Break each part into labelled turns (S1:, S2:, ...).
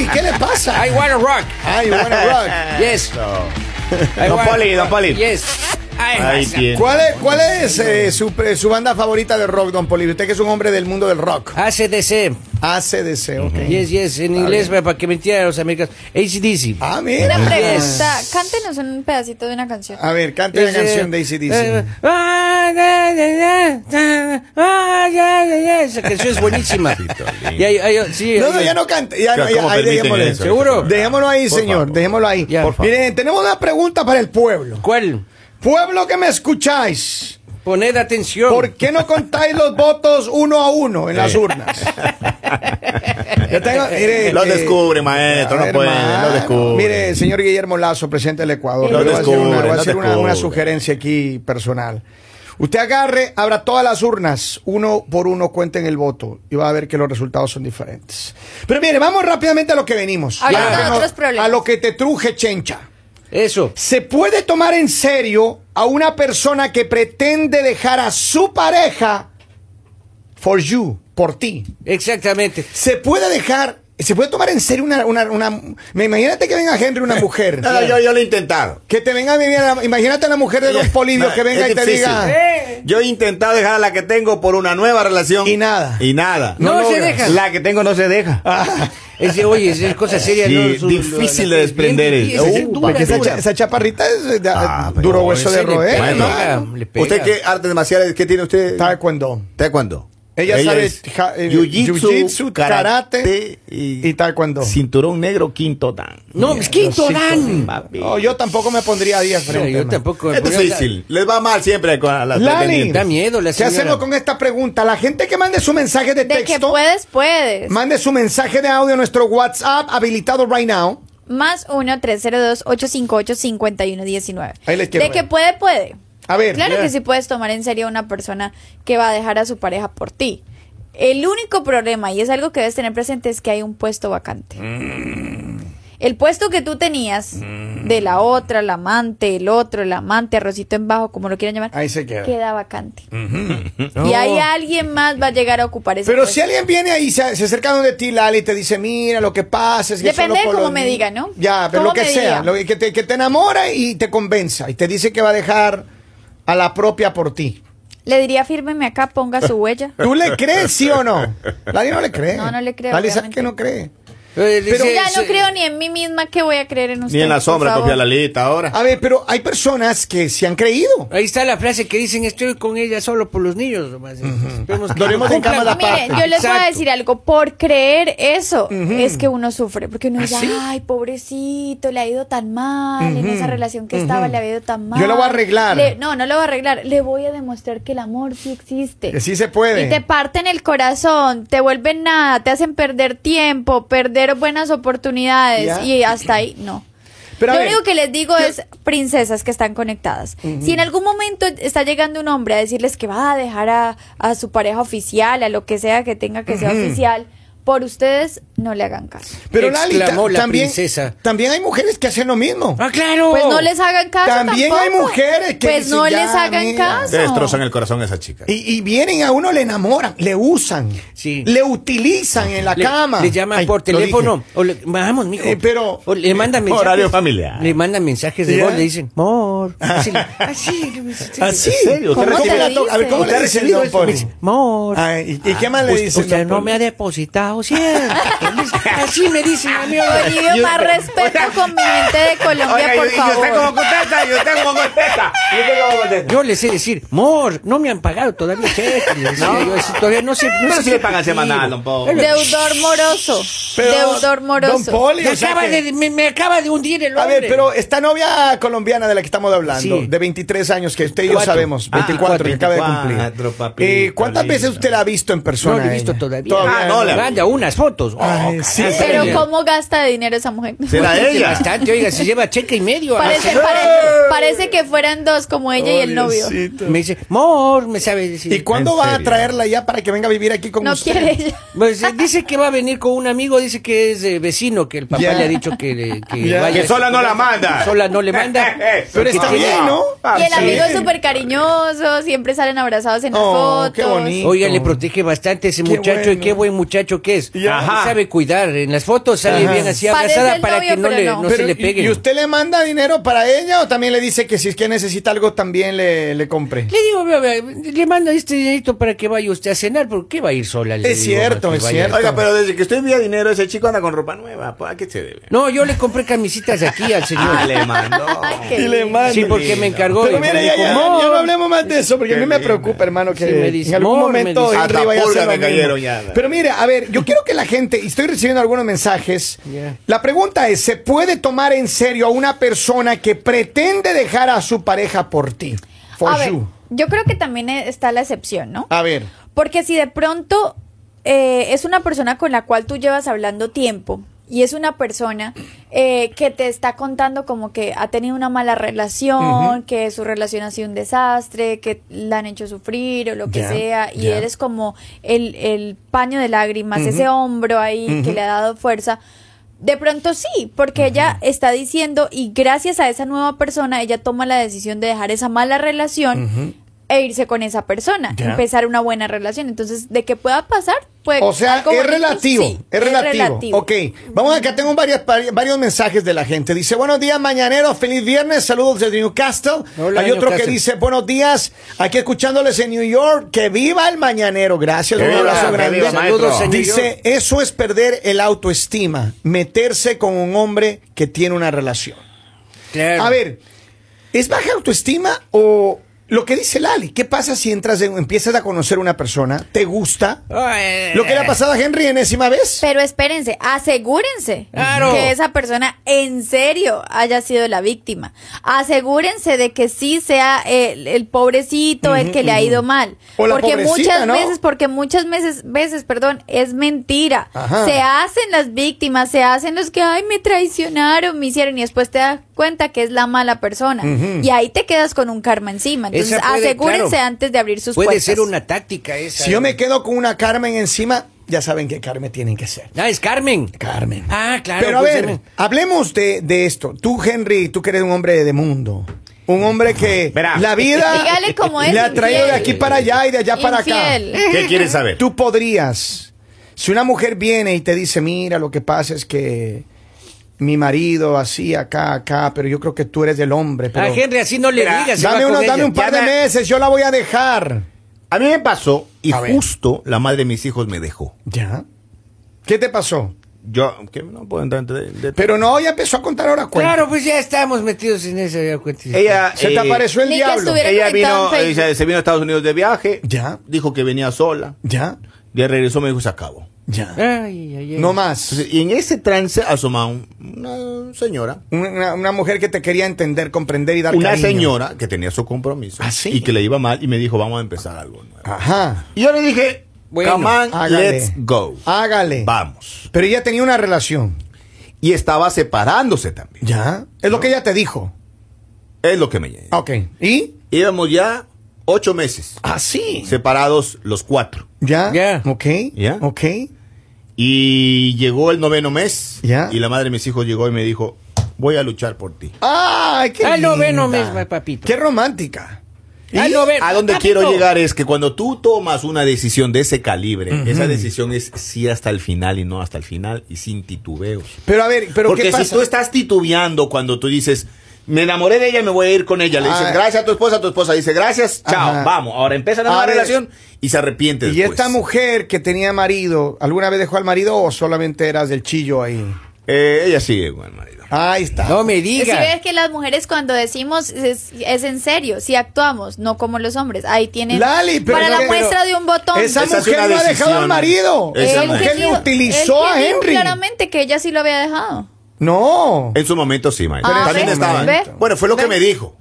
S1: Yes, I wanna rock.
S2: I wanna rock.
S1: Yes. I
S3: Don
S1: wanna
S3: Poli, Don
S1: rock.
S3: Poli.
S1: Yes. I
S3: Ahí
S1: wanna-
S3: tiene.
S2: ¿Cuál es, cuál es eh, su, pre- su banda favorita de rock, Don Poli? Usted que es un hombre del mundo del rock.
S1: ACDC.
S2: ACDC, ok.
S1: Yes, yes. En inglés para que me entiendan los americanos. ACDC.
S2: Ah,
S4: Una
S2: mira.
S4: pregunta, cántenos un pedacito de una canción.
S2: A ver, cante
S1: Eh,
S2: la canción de ACDC.
S1: ah, Esa canción es buenísima. Y hay- hay- sí,
S2: No,
S1: hay-
S2: no, ya no cante. Ya, no, ya,
S3: ¿Cómo
S2: ahí
S3: permiten
S2: dejémosle.
S3: eso?
S1: eh, ¿Seguro?
S2: Dejémoslo ahí,
S3: Por
S2: señor.
S3: favor.
S2: Dejémoslo ahí.
S1: Ya. Por favor.
S2: Miren, tenemos una pregunta para el pueblo.
S1: ¿Cuál?
S2: Pueblo que me escucháis,
S1: Poned atención.
S2: ¿por qué no contáis los votos uno a uno en las urnas? Yo tengo- mire,
S3: Lo
S2: eh,
S3: descubre, maestro, no puede,
S2: hermano.
S3: lo descubre.
S2: Mire, señor Guillermo Lazo, presidente del Ecuador,
S3: Lo
S2: le voy a hacer una-
S3: descubre,
S2: voy a
S3: lo
S2: hacer una,
S3: descubre.
S2: una sugerencia aquí personal. Usted agarre, abra todas las urnas, uno por uno cuenten el voto y va a ver que los resultados son diferentes. Pero mire, vamos rápidamente a lo que venimos.
S4: Hablando
S2: Ya,
S4: de
S2: que no-
S4: otros problemas.
S2: a lo que te truje, chencha.
S1: Eso.
S2: ¿Se puede tomar en serio a una persona que pretende dejar a su pareja for you, por ti?
S1: Exactamente.
S2: ¿Se puede dejar, se puede tomar en serio una... una, una- me imagínate que venga Henry, una mujer.
S3: No, Ah, yo, yo lo he intentado.
S2: que te venga a vivir, a la- imagínate a la mujer de los polivios
S3: No,
S2: que venga
S3: es
S2: y te
S3: difícil.
S2: diga...
S1: Eh.
S3: Yo he intentado dejar a la que tengo por una nueva relación.
S2: Y nada.
S3: Y nada.
S1: No No se logras. deja.
S3: La que tengo no se deja.
S2: ah,
S1: Es de, oye, es cosa seria.
S3: Sí,
S1: ¿no? Su-
S3: difícil de
S1: la-
S3: desprender.
S1: bien difícil,
S3: Uh,
S1: es dura,
S2: Porque esa,
S1: dura.
S2: cha- esa chaparrita es eh, da-
S3: Ah, pero
S2: duro hueso
S1: ese
S2: de
S1: le
S2: roer.
S1: pega,
S2: hermano.
S1: le pega.
S3: ¿Usted qué artes marciales, qué tiene usted?
S2: ¿Sabe cuándo?
S3: Taekwondo.
S2: Ella sabe
S3: es
S2: ja- eh,
S3: jiu-jitsu,
S2: jiu-jitsu, karate
S3: y,
S2: y taekwondo.
S3: Cinturón negro, quinto dan.
S1: No, es quinto dan.
S3: Papi.
S2: No, yo tampoco me pondría a 10 frente.
S1: Sí, yo
S2: hermano.
S1: tampoco.
S3: es
S1: porque-
S3: difícil. Les va mal siempre con las
S2: Lali.
S3: pretendientes.
S1: Da miedo la
S2: ¿Qué
S1: señora.
S2: hacemos con esta pregunta? La gente que mande su mensaje de,
S4: De que
S2: texto,
S4: puedes, puedes.
S2: mande su mensaje de audio a nuestro WhatsApp habilitado right now.
S4: Más 1-302-858-5119.
S2: Ahí les quiero
S4: De que
S2: ver.
S4: puede, puede.
S2: A ver.
S4: Claro
S2: Yeah.
S4: que sí puedes tomar en serio a una persona que va a dejar a su pareja por ti. El único problema, y es algo que debes tener presente, es que hay un puesto vacante.
S2: Mm.
S4: El puesto que tú tenías de la otra, la amante, el otro, el amante, arrocito en bajo, como lo quieran llamar,
S2: Ahí se queda.
S4: queda vacante.
S1: No.
S4: Y ahí alguien más va a llegar a ocupar ese
S2: Pero
S4: puesto.
S2: si alguien viene ahí, se, se acerca donde ti, Lali, y te dice, mira, lo que pasa es que... solo
S4: Depende de
S2: por
S4: cómo
S2: los
S4: me
S2: niños".
S4: diga, ¿no?
S2: Ya, pero lo
S4: Cómo
S2: que
S4: me
S2: sea,
S4: diga.
S2: lo que, te, que te enamora y te convenza, y te dice que va a dejar a la propia por ti.
S4: Le diría, fírmeme acá, ponga su huella.
S2: ¿Tú le crees, sí o no? Lali no le cree.
S4: No, no le creo,
S2: Lali sabe
S4: obviamente.
S2: que no cree.
S1: Eh, dice-
S4: ya no
S1: se-
S4: creo ni en mí misma que voy a creer en usted.
S3: Ni en la sombra
S4: por favor. Ah,
S3: confía la lista ahora.
S2: A ver, pero hay personas que se han creído.
S1: Ahí está la frase que dicen, estoy con ella solo por los niños. nomás. Esperemos que
S2: Doremos en cama
S1: cumplan.
S2: la
S4: Mire,
S2: parte.
S4: yo les voy a
S1: Exacto.
S4: decir algo, por creer eso es que uno sufre, porque
S2: ¿Ah,
S4: uno dice,
S1: ¿sí?
S4: ay, pobrecito, le ha ido tan mal, en esa relación que estaba le ha ido tan mal.
S2: Yo lo voy a arreglar.
S4: Le- no, no lo voy a arreglar, le voy a demostrar que el amor sí existe.
S2: Que sí se puede.
S4: Y te parten el corazón, te vuelven nada, te hacen perder tiempo, perder buenas oportunidades
S2: Ya.
S4: y hasta ahí no.
S2: Pero a
S4: Lo
S2: ver,
S4: único que les digo es princesas que están conectadas. Si en algún momento está llegando un hombre a decirles que va a dejar a, a su pareja oficial, a lo que sea que tenga que sea oficial, por ustedes no le hagan caso.
S2: Pero Lali, ta-
S1: Exclamó la
S2: también,
S1: princesa.
S2: también hay mujeres que hacen lo mismo.
S1: Ah, claro.
S4: Pues no les hagan caso.
S2: También hay
S4: tampoco.
S2: mujeres que
S4: Pues
S2: dicen,
S4: no
S2: "Ya,
S4: les hagan
S2: mira".
S3: Te
S4: caso.
S3: destrozan el corazón a esa chica.
S2: Y, y vienen a uno, le enamoran, le usan,
S1: Sí.
S2: le utilizan en la
S1: Le-
S2: cama.
S1: Le llaman
S2: Ay,
S1: por
S2: lo
S1: teléfono.
S2: dije.
S1: O le- vamos, mijo.
S2: Eh, pero-
S1: O le mandan mensajes.
S3: Horario familiar.
S1: Le mandan mensajes de
S2: ¿Ya?
S1: voz. Le dicen, mor. Así. Así.
S2: Así.
S3: ¿En serio?
S2: ¿Cómo
S4: ¿Usted
S2: te
S4: recibe-
S2: la to- A ver, ¿cómo
S4: ¿Usted
S2: le
S3: ha
S2: dicen
S3: recibido
S2: Don
S3: eso?
S2: Poli? Ah,
S1: Mor.
S2: Ay, ¿y- y qué más le
S1: us-
S2: dicen,
S1: Usted
S2: don
S1: no
S2: Poli?
S1: me ha depositado 100. Así me dicen a mí.
S4: Olivio, más respeto con mi gente de Colombia, por favor.
S3: contesta, y usted como contesta. Y usted como contesta.
S1: Yo les sé decir, Mor, no me han pagado todavía cheque. les decía yo, así, todavía no sé. No
S3: Pero
S1: sé
S3: sí
S1: qué
S3: le pagan
S1: objetivo.
S3: semanal, don Pau.
S1: Pero-
S4: Deudor moroso.
S2: Pero,
S4: Deudor
S2: Don
S4: moroso.
S2: Poli,
S1: Me
S2: o sea
S1: acaba,
S2: que-
S1: de, me, me acaba de hundir el
S2: A
S1: hombre.
S2: ver, pero esta novia colombiana de la que estamos hablando,
S1: Sí.
S2: de 23 años, que usted y yo
S1: Cuatro.
S2: sabemos,
S1: Ah,
S2: 24, que acaba de cumplir.
S3: 24, papito
S2: Eh, ¿Cuántas
S3: lindo.
S2: veces usted la ha visto en persona?
S1: No la he
S2: a
S1: visto
S2: ella?
S1: todavía.
S3: Ah,
S2: no
S3: no, la-
S1: Manda unas fotos. Oh,
S2: Ay, sí.
S1: caramba.
S4: Pero cómo gasta de dinero esa mujer.
S3: ¿Será
S1: Bastante,
S3: ella?
S1: Bastante, oiga, se lleva cheque y medio.
S4: Parece,
S1: Ah,
S4: parece, parece que fueran dos, como ella y el novio.
S1: Me dice, Mor, me sabe decir.
S2: ¿Y cuándo
S3: ¿En
S2: va a
S3: serio?
S2: traerla ya para que venga a vivir aquí con
S4: No
S2: usted?
S4: quiere ella.
S1: Pues, eh, dice que va a venir con un amigo, dice que es eh, vecino, que el papá
S2: Ya.
S1: le ha dicho que, le- que
S2: Ya.
S1: vaya.
S3: Que sola no la manda.
S1: Sola no le manda.
S2: Pero
S1: porque
S2: está
S1: tiene-
S2: bien, ¿no?
S4: Y el
S3: sí.
S4: amigo es súper cariñoso, siempre salen abrazados en las
S2: Oh,
S4: fotos.
S2: qué bonito.
S1: Oiga, le protege bastante ese
S2: Qué
S1: muchacho y
S2: bueno.
S1: qué buen muchacho que es.
S2: Ya.
S1: Ajá. Sabe sabe cuidar. En las fotos sale
S2: Ajá.
S1: bien así
S4: Parece
S1: abrazada
S4: el
S1: para
S4: novio,
S1: que no,
S4: pero
S1: le,
S4: no.
S1: no se
S2: Pero,
S1: le
S2: ¿y-
S1: pegue.
S2: ¿Y usted le manda dinero para ella o también le dice que si es que necesita algo también le, le compre?
S1: Le digo, vea, vea, le manda este dinerito para que vaya usted a cenar, porque va a ir sola. Le
S2: Es
S1: digo,
S2: cierto,
S1: que
S2: es
S1: vaya.
S2: cierto.
S3: Oiga, pero desde que usted envía dinero, ese chico anda con ropa nueva. ¿Para qué se debe?
S1: No, yo le compré camisitas aquí al señor.
S3: Ah, le mandó.
S4: Ay, qué
S2: Y le manda.
S1: sí, porque me encargó.
S2: Pero
S1: y
S2: mire,
S1: me
S2: ya,
S1: dijo,
S2: ya,
S1: "Mor".
S2: ya no hablemos más de eso, porque a mí
S3: Qué
S2: me
S3: linda.
S2: preocupa, hermano, que
S1: Sí, me dice,
S2: en algún
S1: "Mor", me
S2: momento
S1: dice.
S2: en
S3: Hasta
S2: Río vaya a
S3: pulga
S2: hacer lo
S3: me
S2: mismo.
S3: cayeron ya.
S2: Pero mire, a ver, yo quiero que la gente, y estoy recibiendo algunos mensajes,
S1: Yeah.
S2: la pregunta es, ¿se puede tomar en serio a una persona que pretende dejar a su pareja por ti? For
S4: A ver,
S2: you.
S4: yo creo que también está la excepción, ¿no?
S2: A ver.
S4: Porque si de pronto eh, es una persona con la cual tú llevas hablando tiempo y es una persona eh, que te está contando como que ha tenido una mala relación, que su relación ha sido un desastre, que la han hecho sufrir o lo que
S2: Ya,
S4: sea, y
S2: ya.
S4: eres como el, el paño de lágrimas, ese hombro ahí que le ha dado fuerza. De pronto sí, porque ella está diciendo y gracias a esa nueva persona ella toma la decisión de dejar esa mala relación e irse con esa persona,
S2: Ya.
S4: empezar una buena relación. Entonces, de que pueda pasar, puede
S2: O sea,
S4: algo
S2: es
S4: bonito,
S2: relativo,
S4: sí,
S2: es relativo. Ok, vamos acá, tengo varias, vari- varios mensajes de la gente. Dice, buenos días, mañaneros, feliz viernes, saludos desde Newcastle.
S1: Hola,
S2: Hay otro que
S1: Newcastle.
S2: dice, buenos días, aquí escuchándoles en New York, que viva el mañanero. Gracias,
S3: Que
S2: un
S3: viva,
S2: abrazo
S3: que
S2: grande.
S3: viva, maestro.
S1: Saludos, señor.
S2: dice, eso es perder el autoestima, meterse con un hombre que tiene una relación.
S1: Claro.
S2: A ver, ¿es baja autoestima o lo que dice Lali? ¿Qué pasa si entras, en- empiezas a conocer una persona, te gusta?
S1: Ay,
S2: Lo que le ha pasado a Henry enésima vez.
S4: Pero espérense, asegúrense
S1: Claro.
S4: que esa persona en serio haya sido la víctima. Asegúrense de que sí sea el, el pobrecito el que le ha ido mal.
S2: O la
S4: porque
S2: pobrecita,
S4: muchas
S2: ¿no?
S4: veces, porque muchas veces, veces, perdón, es mentira.
S2: Ajá.
S4: Se hacen las víctimas, se hacen los que, ay, me traicionaron, me hicieron, y después te das cuenta que es la mala persona. Y ahí te quedas con un karma encima. Entonces,
S1: Esa puede,
S4: asegúrense
S1: claro.
S4: antes de abrir sus
S1: Puede
S4: puertas.
S1: ser una táctica esa. ¿eh?
S2: Si yo me quedo con una Carmen encima, ya saben que Carmen tienen que ser.
S1: Ah, es Carmen.
S2: Carmen.
S1: Ah, claro.
S2: Pero a
S1: pues,
S2: ver,
S1: Carmen.
S2: hablemos de, de esto. Tú, Henry, tú que eres un hombre de mundo. Un hombre
S1: Ah,
S2: que
S3: Verá.
S2: la vida
S4: Dígale cómo es,
S2: le ha traído de
S4: infiel.
S2: aquí para allá y de allá para
S4: Infiel.
S2: acá.
S3: ¿Qué quieres saber?
S2: Tú podrías, si una mujer viene y te dice, mira, lo que pasa es que mi marido así, acá, acá, pero yo creo que tú eres del hombre.
S1: A
S2: Pero
S1: Ah, Henry así no le
S3: Mira,
S1: digas. se va
S2: dame,
S1: con
S2: unos-
S1: ella.
S2: dame un par
S3: Ya
S2: de
S3: me-
S2: meses, yo la voy a dejar.
S3: A mí me pasó y
S2: A ver.
S3: justo la madre de mis hijos me dejó.
S2: ¿Ya? ¿Qué te pasó?
S3: Yo, que no puedo entrar en de- de-
S2: Pero no, ya empezó a contar ahora cuenta.
S1: Claro, pues ya estamos metidos en eso. ya cuenta.
S3: Ella,
S2: Se te
S3: eh,
S2: apareció el
S4: Ni que
S2: diablo.
S4: estuviera-
S3: Ella
S4: conectado
S3: vino,
S4: en Facebook.
S3: ella se vino a Estados Unidos de viaje.
S2: Ya.
S3: Dijo que venía sola.
S2: Ya,
S3: Ya regresó, me dijo, se acabó.
S1: Eh.
S2: ya.
S1: Ay, ay, ay.
S2: No más.
S3: Entonces, y en ese trance asomaba un- una señora.
S2: Una, una mujer que te quería entender, comprender y dar
S3: Una
S2: cariño.
S3: señora que tenía su compromiso.
S2: Ah, sí.
S3: Y que le iba mal y me dijo, vamos a empezar algo nuevo.
S2: Ajá.
S3: Y yo le dije,
S1: Bueno,
S3: come on,
S2: hágale.
S3: let's go.
S2: Hágale.
S3: Vamos.
S2: Pero ella tenía una relación.
S3: Y estaba separándose también.
S2: Ya. Es lo que ella te dijo.
S3: Es lo que me llega.
S2: Ah, Ok. ¿Y?
S3: Íbamos ya ocho meses.
S2: Así.
S3: Separados los cuatro.
S2: Ya.
S1: Ya.
S2: Ok.
S3: Ya.
S2: Ok.
S3: Y llegó el noveno mes.
S2: Ya.
S3: Y la madre de mis hijos llegó y me dijo, voy a luchar por ti.
S2: ¡Ay, qué
S1: Al noveno
S2: linda.
S1: mes, papito.
S2: Qué romántica.
S1: Al
S2: ¿Y?
S1: noveno-
S3: A donde
S1: Papito.
S3: quiero llegar es que cuando tú tomas una decisión de ese calibre, esa decisión es sí hasta el final y no hasta el final y sin titubeos.
S2: Pero a ver, pero ¿qué
S3: Porque
S2: pasa?
S3: si tú estás titubeando cuando tú dices, me enamoré de ella, me voy a ir con ella, le
S2: Ah.
S3: dices, gracias a tu esposa, tu esposa dice, gracias, chao,
S2: Ajá.
S3: vamos. Ahora empieza la
S2: A
S3: nueva
S2: ver.
S3: relación y se arrepiente
S2: Y
S3: después.
S2: esta mujer que tenía marido, ¿alguna vez dejó al marido o solamente eras del chillo ahí?
S3: Eh, ella sigue con el marido.
S2: Ahí está.
S1: No me
S4: Si ves
S1: digas.
S4: que las mujeres cuando decimos es, es en serio, si actuamos, no como los hombres. Ahí tienen
S2: Lali, pero
S4: para la
S2: pero-
S4: muestra de un botón.
S2: Esa,
S3: Esa es
S2: mujer
S3: una
S2: no ha
S3: decisión.
S2: dejado al marido.
S3: Esa
S2: Esa
S3: no es.
S2: mujer
S4: que
S2: le
S4: dijo-
S2: utilizó
S4: él
S2: a
S4: que dijo
S2: Henry.
S4: claramente que ella sí lo había dejado.
S2: No.
S3: En su momento sí, Mike.
S4: Ah,
S3: También
S4: ¿ves?
S3: estaba.
S4: ¿Ves?
S3: Bueno, fue lo que me dijo.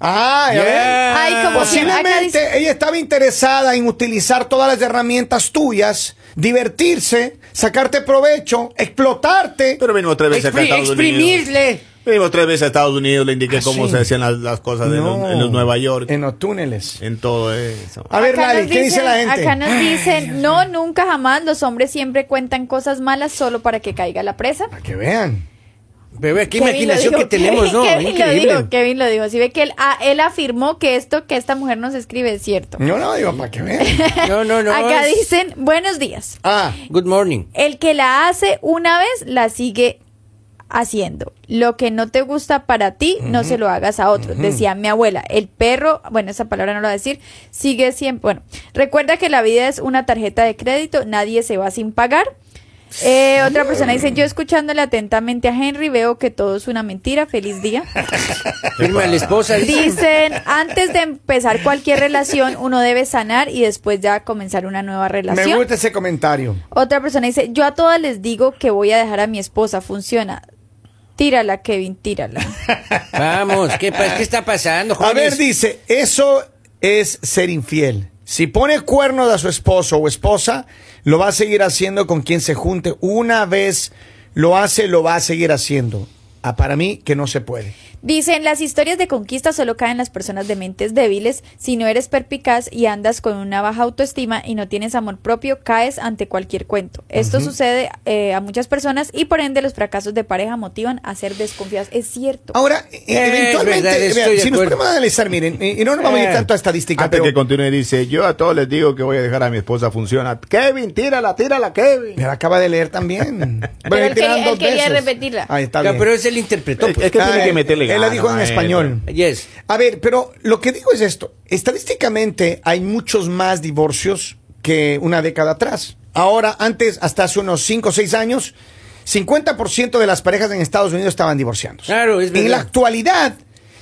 S2: Ah, ya ves.
S1: Yeah.
S4: Ay, como que Pues acá dice-
S2: Posiblemente ella estaba interesada en utilizar todas las herramientas tuyas, divertirse, sacarte provecho, explotarte.
S3: Pero venimos tres veces acá a
S1: Expri-
S3: Estados Unidos.
S1: exprimirle.
S3: Venimos tres veces a Estados Unidos, le indiqué cómo
S2: Ah, sí.
S3: se hacían las, las cosas en,
S2: No.
S3: los, en los Nueva York, en,
S2: En los túneles.
S3: todo eso.
S2: A ver,
S4: Acá
S2: Lali,
S4: nos
S2: ¿qué dice
S4: dicen-
S2: la gente?
S4: Acá nos dicen, no, nunca jamás, los hombres siempre cuentan cosas malas solo para que caiga la presa.
S2: Para que vean.
S1: Bebé, qué
S4: Kevin lo
S1: imaginación
S4: dijo,
S1: que tenemos, ¿no?
S4: Kevin
S1: Increíble.
S4: lo dijo, Kevin lo dijo. Así ve que él, ah, él afirmó que esto que esta mujer nos escribe es cierto.
S2: No, no, digo, para que vean.
S1: No, no, no.
S4: Acá
S1: es-
S4: dicen, buenos días.
S2: Ah,
S1: Good morning.
S4: El que la hace una vez, la sigue haciendo. Lo que no te gusta para ti, no se lo hagas a otro. Decía mi abuela, el perro, bueno, esa palabra no la voy a decir, sigue siempre. Bueno, recuerda que la vida es una tarjeta de crédito, nadie se va sin pagar. Eh, otra persona dice, yo escuchándole atentamente a Henry veo que todo es una mentira, feliz día.
S1: Firma la esposa. dice.
S4: Dicen, antes de empezar cualquier relación, uno debe sanar y después ya comenzar una nueva
S2: me
S4: relación.
S2: gusta ese comentario.
S4: Otra persona dice, yo a todas les digo que voy a dejar a mi esposa, funciona. Tírala, Kevin, tírala.
S1: Vamos, ¿qué, pa- ¿qué está pasando,
S2: A ver,
S1: jóvenes?
S2: dice, eso es ser infiel. Si pone cuernos a su esposo o esposa, lo va a seguir haciendo con quien se junte. Una vez lo hace, lo va a seguir haciendo. Ah, para mí, que no se puede.
S4: Dicen, las historias de conquista solo caen las personas de mentes débiles. Si no eres perpicaz y andas con una baja autoestima y no tienes amor propio, caes ante cualquier cuento. Esto sucede eh, a muchas personas y por ende los fracasos de pareja motivan a ser desconfiados. Es cierto.
S2: Ahora, e- eventualmente,
S1: Eh, verdad, estoy
S2: vean,
S1: de
S2: si nos
S1: acuerdo.
S2: ponemos a analizar, miren, y y no nos vamos a ir
S1: Eh,
S2: tanto a estadística,
S3: Antes
S2: pero...
S3: que continúe, dice, yo a todos les digo que voy a dejar a mi esposa funciona. Kevin, tírala, tírala, Kevin.
S2: Mira, acaba de leer también.
S4: Pero él
S2: le tiran
S4: quería- él
S2: dos
S4: quería
S2: veces.
S4: repetirla.
S2: Ahí está
S1: Ya,
S2: bien.
S1: pero es el interpretó.
S3: Es-
S1: pues.
S3: es que tiene
S2: Ah,
S3: que meterle
S2: Él la
S3: ganas,
S2: dijo en
S3: maestro.
S2: español.
S1: Yes.
S2: A ver, pero lo que digo es esto. Estadísticamente hay muchos más divorcios que una década atrás. Ahora, antes, hasta hace unos 5 o 6 años, 50% de las parejas en Estados Unidos estaban divorciando.
S1: Claro, es
S2: En
S1: verdad.
S2: la actualidad,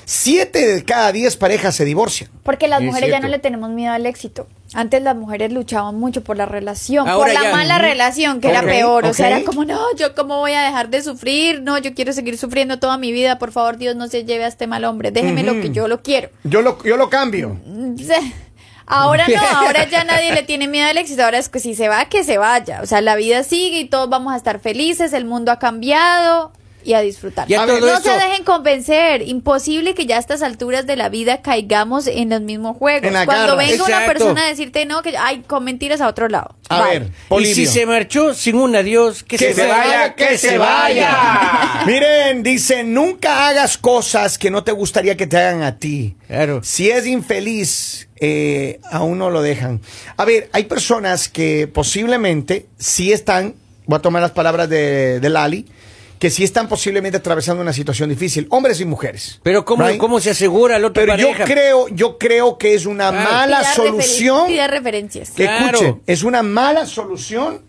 S2: 7 de cada 10 parejas se divorcian.
S4: Porque las
S1: Sí, es
S4: mujeres ya no
S1: cierto.
S4: le tenemos miedo al éxito. Antes las mujeres luchaban mucho por la relación,
S1: Ahora
S4: por la
S1: ya,
S4: mala
S1: ujú.
S4: relación, que
S2: Ok,
S4: era peor. O sea,
S2: ok.
S4: era como, no, yo cómo voy a dejar de sufrir, no, yo quiero seguir sufriendo toda mi vida, por favor, Dios no se lleve a este mal hombre, déjeme lo que yo lo quiero.
S2: Yo lo, yo lo cambio.
S4: Ahora no, ahora ya nadie le tiene miedo al éxito, ahora es que si se va, que se vaya. O sea, la vida sigue y todos vamos a estar felices, el mundo ha cambiado y a disfrutar.
S1: Ya
S2: A
S1: todo
S2: ver,
S4: No
S1: eso.
S4: se dejen convencer. Imposible que ya a estas alturas de la vida caigamos en los mismos juegos.
S2: En la garra.
S4: Cuando venga una
S1: Exacto.
S4: persona a decirte no, que ay, con mentiras a otro lado.
S2: A
S4: Bye.
S2: ver,
S1: y si
S2: Polibio.
S1: se marchó sin un adiós, que,
S2: Que se vaya, que se vaya. Miren, dice, nunca hagas cosas que no te gustaría que te hagan a ti.
S1: Claro.
S2: Si es infeliz, eh, aún no lo dejan. A ver, hay personas que posiblemente sí están, voy a tomar las palabras de, de Lali, que sí están posiblemente atravesando una situación difícil, hombres y mujeres.
S1: Pero ¿cómo,
S2: Right?
S1: ¿cómo se asegura el otro
S2: Pero yo
S1: pareja?
S2: creo, yo creo que es una
S1: Claro.
S2: mala
S4: Pida referen-
S2: solución.
S4: pida referencias.
S2: Que
S1: Claro.
S2: escuchen, es una mala solución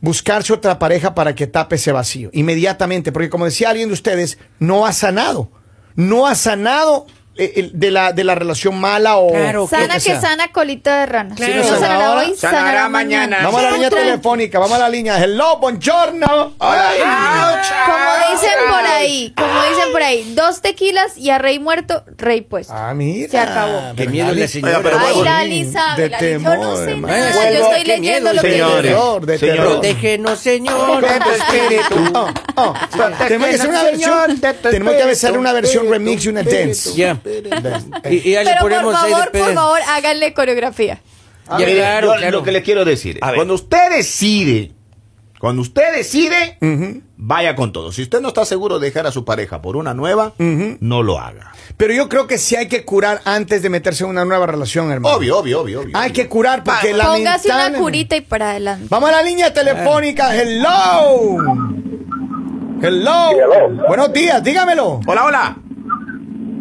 S2: buscarse otra pareja para que tape ese vacío inmediatamente, porque como decía alguien de ustedes, no ha sanado, no ha sanado eh, el- de, la, de la relación mala o...
S1: Claro,
S2: lo
S4: Sana que,
S2: sea.
S4: sana colita de rana.
S1: Claro.
S4: No sanará
S2: Sanará
S4: hoy, sanará, mañana.
S2: Vamos a la línea telefónica, vamos a la línea. Hello, buongiorno. Ay,
S4: Como dicen por ahí, como dicen por ahí, dos tequilas y a rey muerto, rey puesto.
S2: Ah, mira.
S4: Se acabó.
S1: Qué miedo la señora.
S3: Oiga, pero
S4: Ay,
S3: bueno,
S4: Lali sabe,
S2: de
S4: Lali, yo no
S2: temor,
S4: sé
S2: hermano.
S4: nada,
S2: Vuelvo-
S4: yo estoy
S1: qué
S4: leyendo
S1: miedo,
S4: lo que
S2: De
S3: señores.
S4: leo.
S2: terror, de
S3: Señor.
S2: terror.
S1: Protégenos, Señor.
S2: Ven, espíritu. Oh, oh. Tenemos que hacer una versión, tenemos que hacer una versión remix y una dance.
S1: Ya. Y, y ya le
S4: Pero por
S1: ponemos ahí de
S4: favor, por
S1: pedo.
S4: favor, háganle coreografía.
S3: Ah,
S1: Ya,
S3: mire,
S1: claro,
S3: yo
S1: claro.
S3: Lo que les quiero decir, es,
S2: A ver.
S3: cuando usted decide, cuando usted decide, vaya con todo. Si usted no está seguro de dejar a su pareja por una nueva, no lo haga.
S2: Pero yo creo que sí hay que curar antes de meterse en una nueva relación, hermano.
S3: Obvio, obvio, obvio, obvio.
S2: Hay Ah, que curar porque la
S4: Póngase una curita y para adelante.
S2: Vamos a la línea telefónica. Hello. Hello.
S5: hello.
S2: Buenos días, dígamelo.
S3: Hola, hola.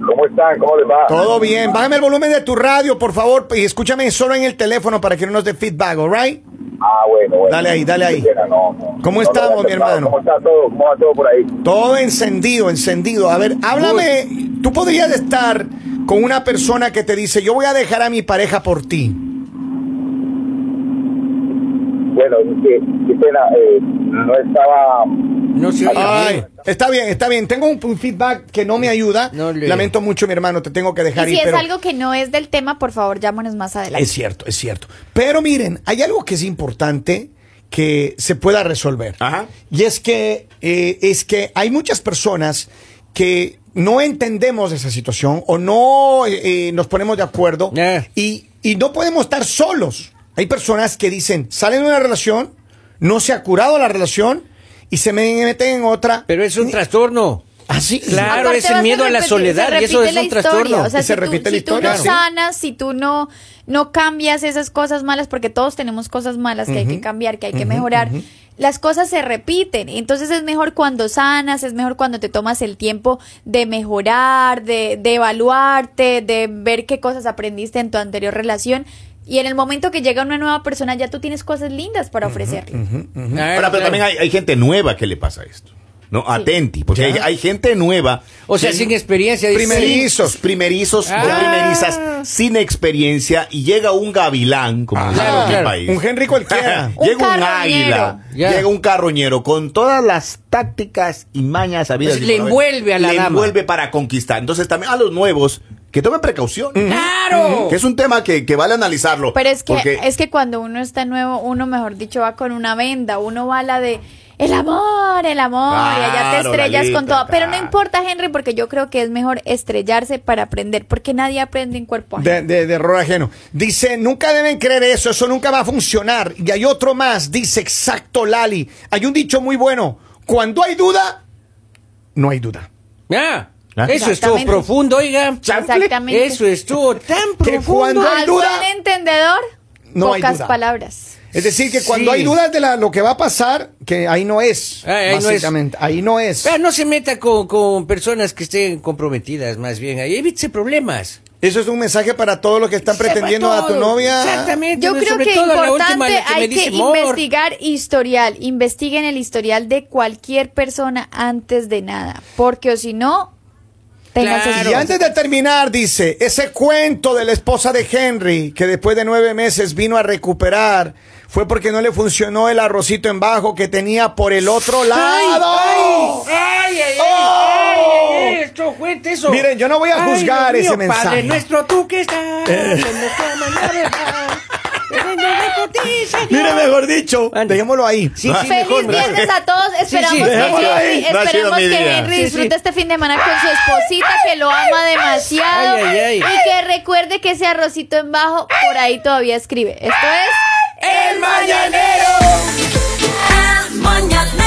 S5: ¿Cómo están? ¿Cómo les va?
S2: Todo bien. Bájame el volumen de tu radio, por favor, y escúchame solo en el teléfono para que no nos dé feedback, ¿all right?
S5: Ah, bueno, bueno.
S2: Dale ahí, dale ahí.
S5: Siquiera, no, no.
S2: ¿Cómo
S5: No,
S2: estamos,
S5: no, no,
S2: mi hermano?
S5: ¿Cómo está todo? ¿Cómo va todo por ahí?
S2: Todo encendido, encendido. A ver, háblame. Tú podrías estar con una persona que te dice, yo voy a dejar a mi pareja por ti.
S5: Bueno, es que, qué pena, eh, no estaba...
S1: No se oye.
S2: Ay, está bien, está bien. Tengo un, un feedback que no me ayuda.
S1: No le-
S2: Lamento mucho, mi hermano, te tengo que dejar
S4: Y
S2: ir.
S4: si es
S2: pero...
S4: algo que no es del tema, por favor, llámanos más
S2: Es
S4: adelante.
S2: cierto, es cierto. Pero miren, hay algo que es importante que se pueda resolver.
S3: Ajá.
S2: Y es que, eh, es que hay muchas personas que no entendemos esa situación o no eh, eh, nos ponemos de acuerdo
S1: Eh.
S2: y, y no podemos estar solos. Hay personas que dicen, salen de una relación, no se ha curado la relación y se me meten en otra. Ah,
S1: Pero es un trastorno.
S2: Así.
S1: Claro,
S4: Aparte
S1: ese
S4: vas
S1: miedo a la
S4: repetir-
S1: soledad,
S4: se
S1: y eso
S4: repite
S1: es
S4: la
S1: un
S4: historia,
S1: trastorno.
S4: O sea,
S2: Y se
S4: si,
S2: repite
S4: tú,
S2: la
S4: si tú
S2: historia,
S4: no
S2: sí.
S4: sanas, si tú no, no cambias esas cosas malas, porque todos tenemos cosas malas que hay que cambiar, que hay que mejorar, las cosas se repiten. Entonces es mejor cuando sanas, es mejor cuando te tomas el tiempo de mejorar, de, de evaluarte, de ver qué cosas aprendiste en tu anterior relación. Y en el momento que llega una nueva persona, ya tú tienes cosas lindas para ofrecerle.
S1: Claro,
S3: Ahora, pero
S1: Ah, claro.
S3: también hay, hay gente nueva que le pasa esto. No, atenti, porque hay, hay gente nueva.
S1: O sea,
S3: que-
S1: sin experiencia. dice-
S2: Primerizos.
S3: primerizos o
S1: Ah.
S3: primerizas sin experiencia y llega un gavilán, como dicen
S1: Claro,
S3: en mi
S1: claro.
S3: país.
S2: Un Henry cualquiera.
S4: Un
S3: llega un,
S4: carroñero.
S3: águila,
S1: Ya.
S3: llega un carroñero con todas las tácticas y mañas habidas.
S1: Pues
S3: y
S1: le
S3: por haber.
S1: envuelve a la
S3: Le
S1: dama.
S3: envuelve para conquistar. Entonces también a los nuevos que tomen precaución.
S1: ¡Claro!
S3: Que es un tema que, que vale analizarlo.
S4: Pero es que
S3: porque-
S4: es que cuando uno está nuevo, uno mejor dicho va con una venda, uno va a la de el amor, el amor, y allá te
S3: Claro,
S4: estrellas
S3: Lalita,
S4: con todo. Pero no
S3: claro.
S4: importa, Henry, porque yo creo que es mejor estrellarse para aprender, porque nadie aprende en cuerpo ajeno.
S2: De, de- de error ajeno. Dice, nunca deben creer eso, eso nunca va a funcionar. Y hay otro más, dice, exacto, Lali. Hay un dicho muy bueno, cuando hay duda, no hay duda.
S1: Ya.
S3: Ah.
S1: Eso estuvo
S4: Exactamente.
S1: profundo, oiga.
S4: Exactamente.
S1: Eso estuvo tan
S2: Que cuando-
S1: profundo.
S2: no hay
S4: Al
S2: duda,
S4: buen entendedor,
S2: no hay
S4: pocas
S2: duda.
S4: palabras.
S2: Es decir, que
S1: Sí.
S2: cuando hay dudas de la- lo que va a pasar, que ahí no es.
S1: Ah, ahí no es.
S2: básicamente, ahí no es.
S1: Vea, Ah, no se meta con, con personas que estén comprometidas, más bien. Ahí evítese problemas.
S2: Eso es un mensaje para todos los que están
S1: Sepa
S2: pretendiendo a tu
S1: todo.
S2: novia.
S1: Exactamente.
S4: Yo
S1: no,
S4: creo
S1: sobre
S4: que
S1: todo a la última,
S4: importante
S1: la que me
S4: hay
S1: dice,
S4: que
S1: "Mor".
S4: investigar historial, investiguen el historial de cualquier persona antes de nada, porque o si no, tengas
S1: Claro.
S2: Y antes de terminar, dice, ese cuento de la esposa de Henry, que después de nueve meses vino a recuperar, fue porque no le funcionó el arrocito en bajo que tenía por el otro lado.
S1: ¡Ay, ay, ay!
S2: ¡Oh!
S1: ay, ay, ay, esto, cuente eso.
S2: Miren, yo no voy a
S1: Ay,
S2: juzgar
S1: Dios
S2: ese
S1: mío,
S2: mensaje. Eh.
S1: Padre nuestro, tú que estás. en la cama, en la verdad, en ti, Señor.
S2: Mire, mejor dicho,
S1: Ande.
S2: dejémoslo ahí.
S1: Sí, sí,
S4: Feliz
S1: mejor, mejor.
S4: viernes a todos. Esperamos
S1: sí.
S4: que,
S1: No ha
S3: sido-
S4: Henry,
S3: no ha sido
S4: esperamos
S3: mi
S4: que
S3: día.
S4: Henry
S1: Sí, sí.
S4: disfrute este fin de semana con su esposita que lo ama demasiado.
S1: Ay, ay, ay.
S4: Y que recuerde que ese arrocito en bajo por ahí todavía escribe. Esto es
S1: El Mañanero.
S6: El mañanero.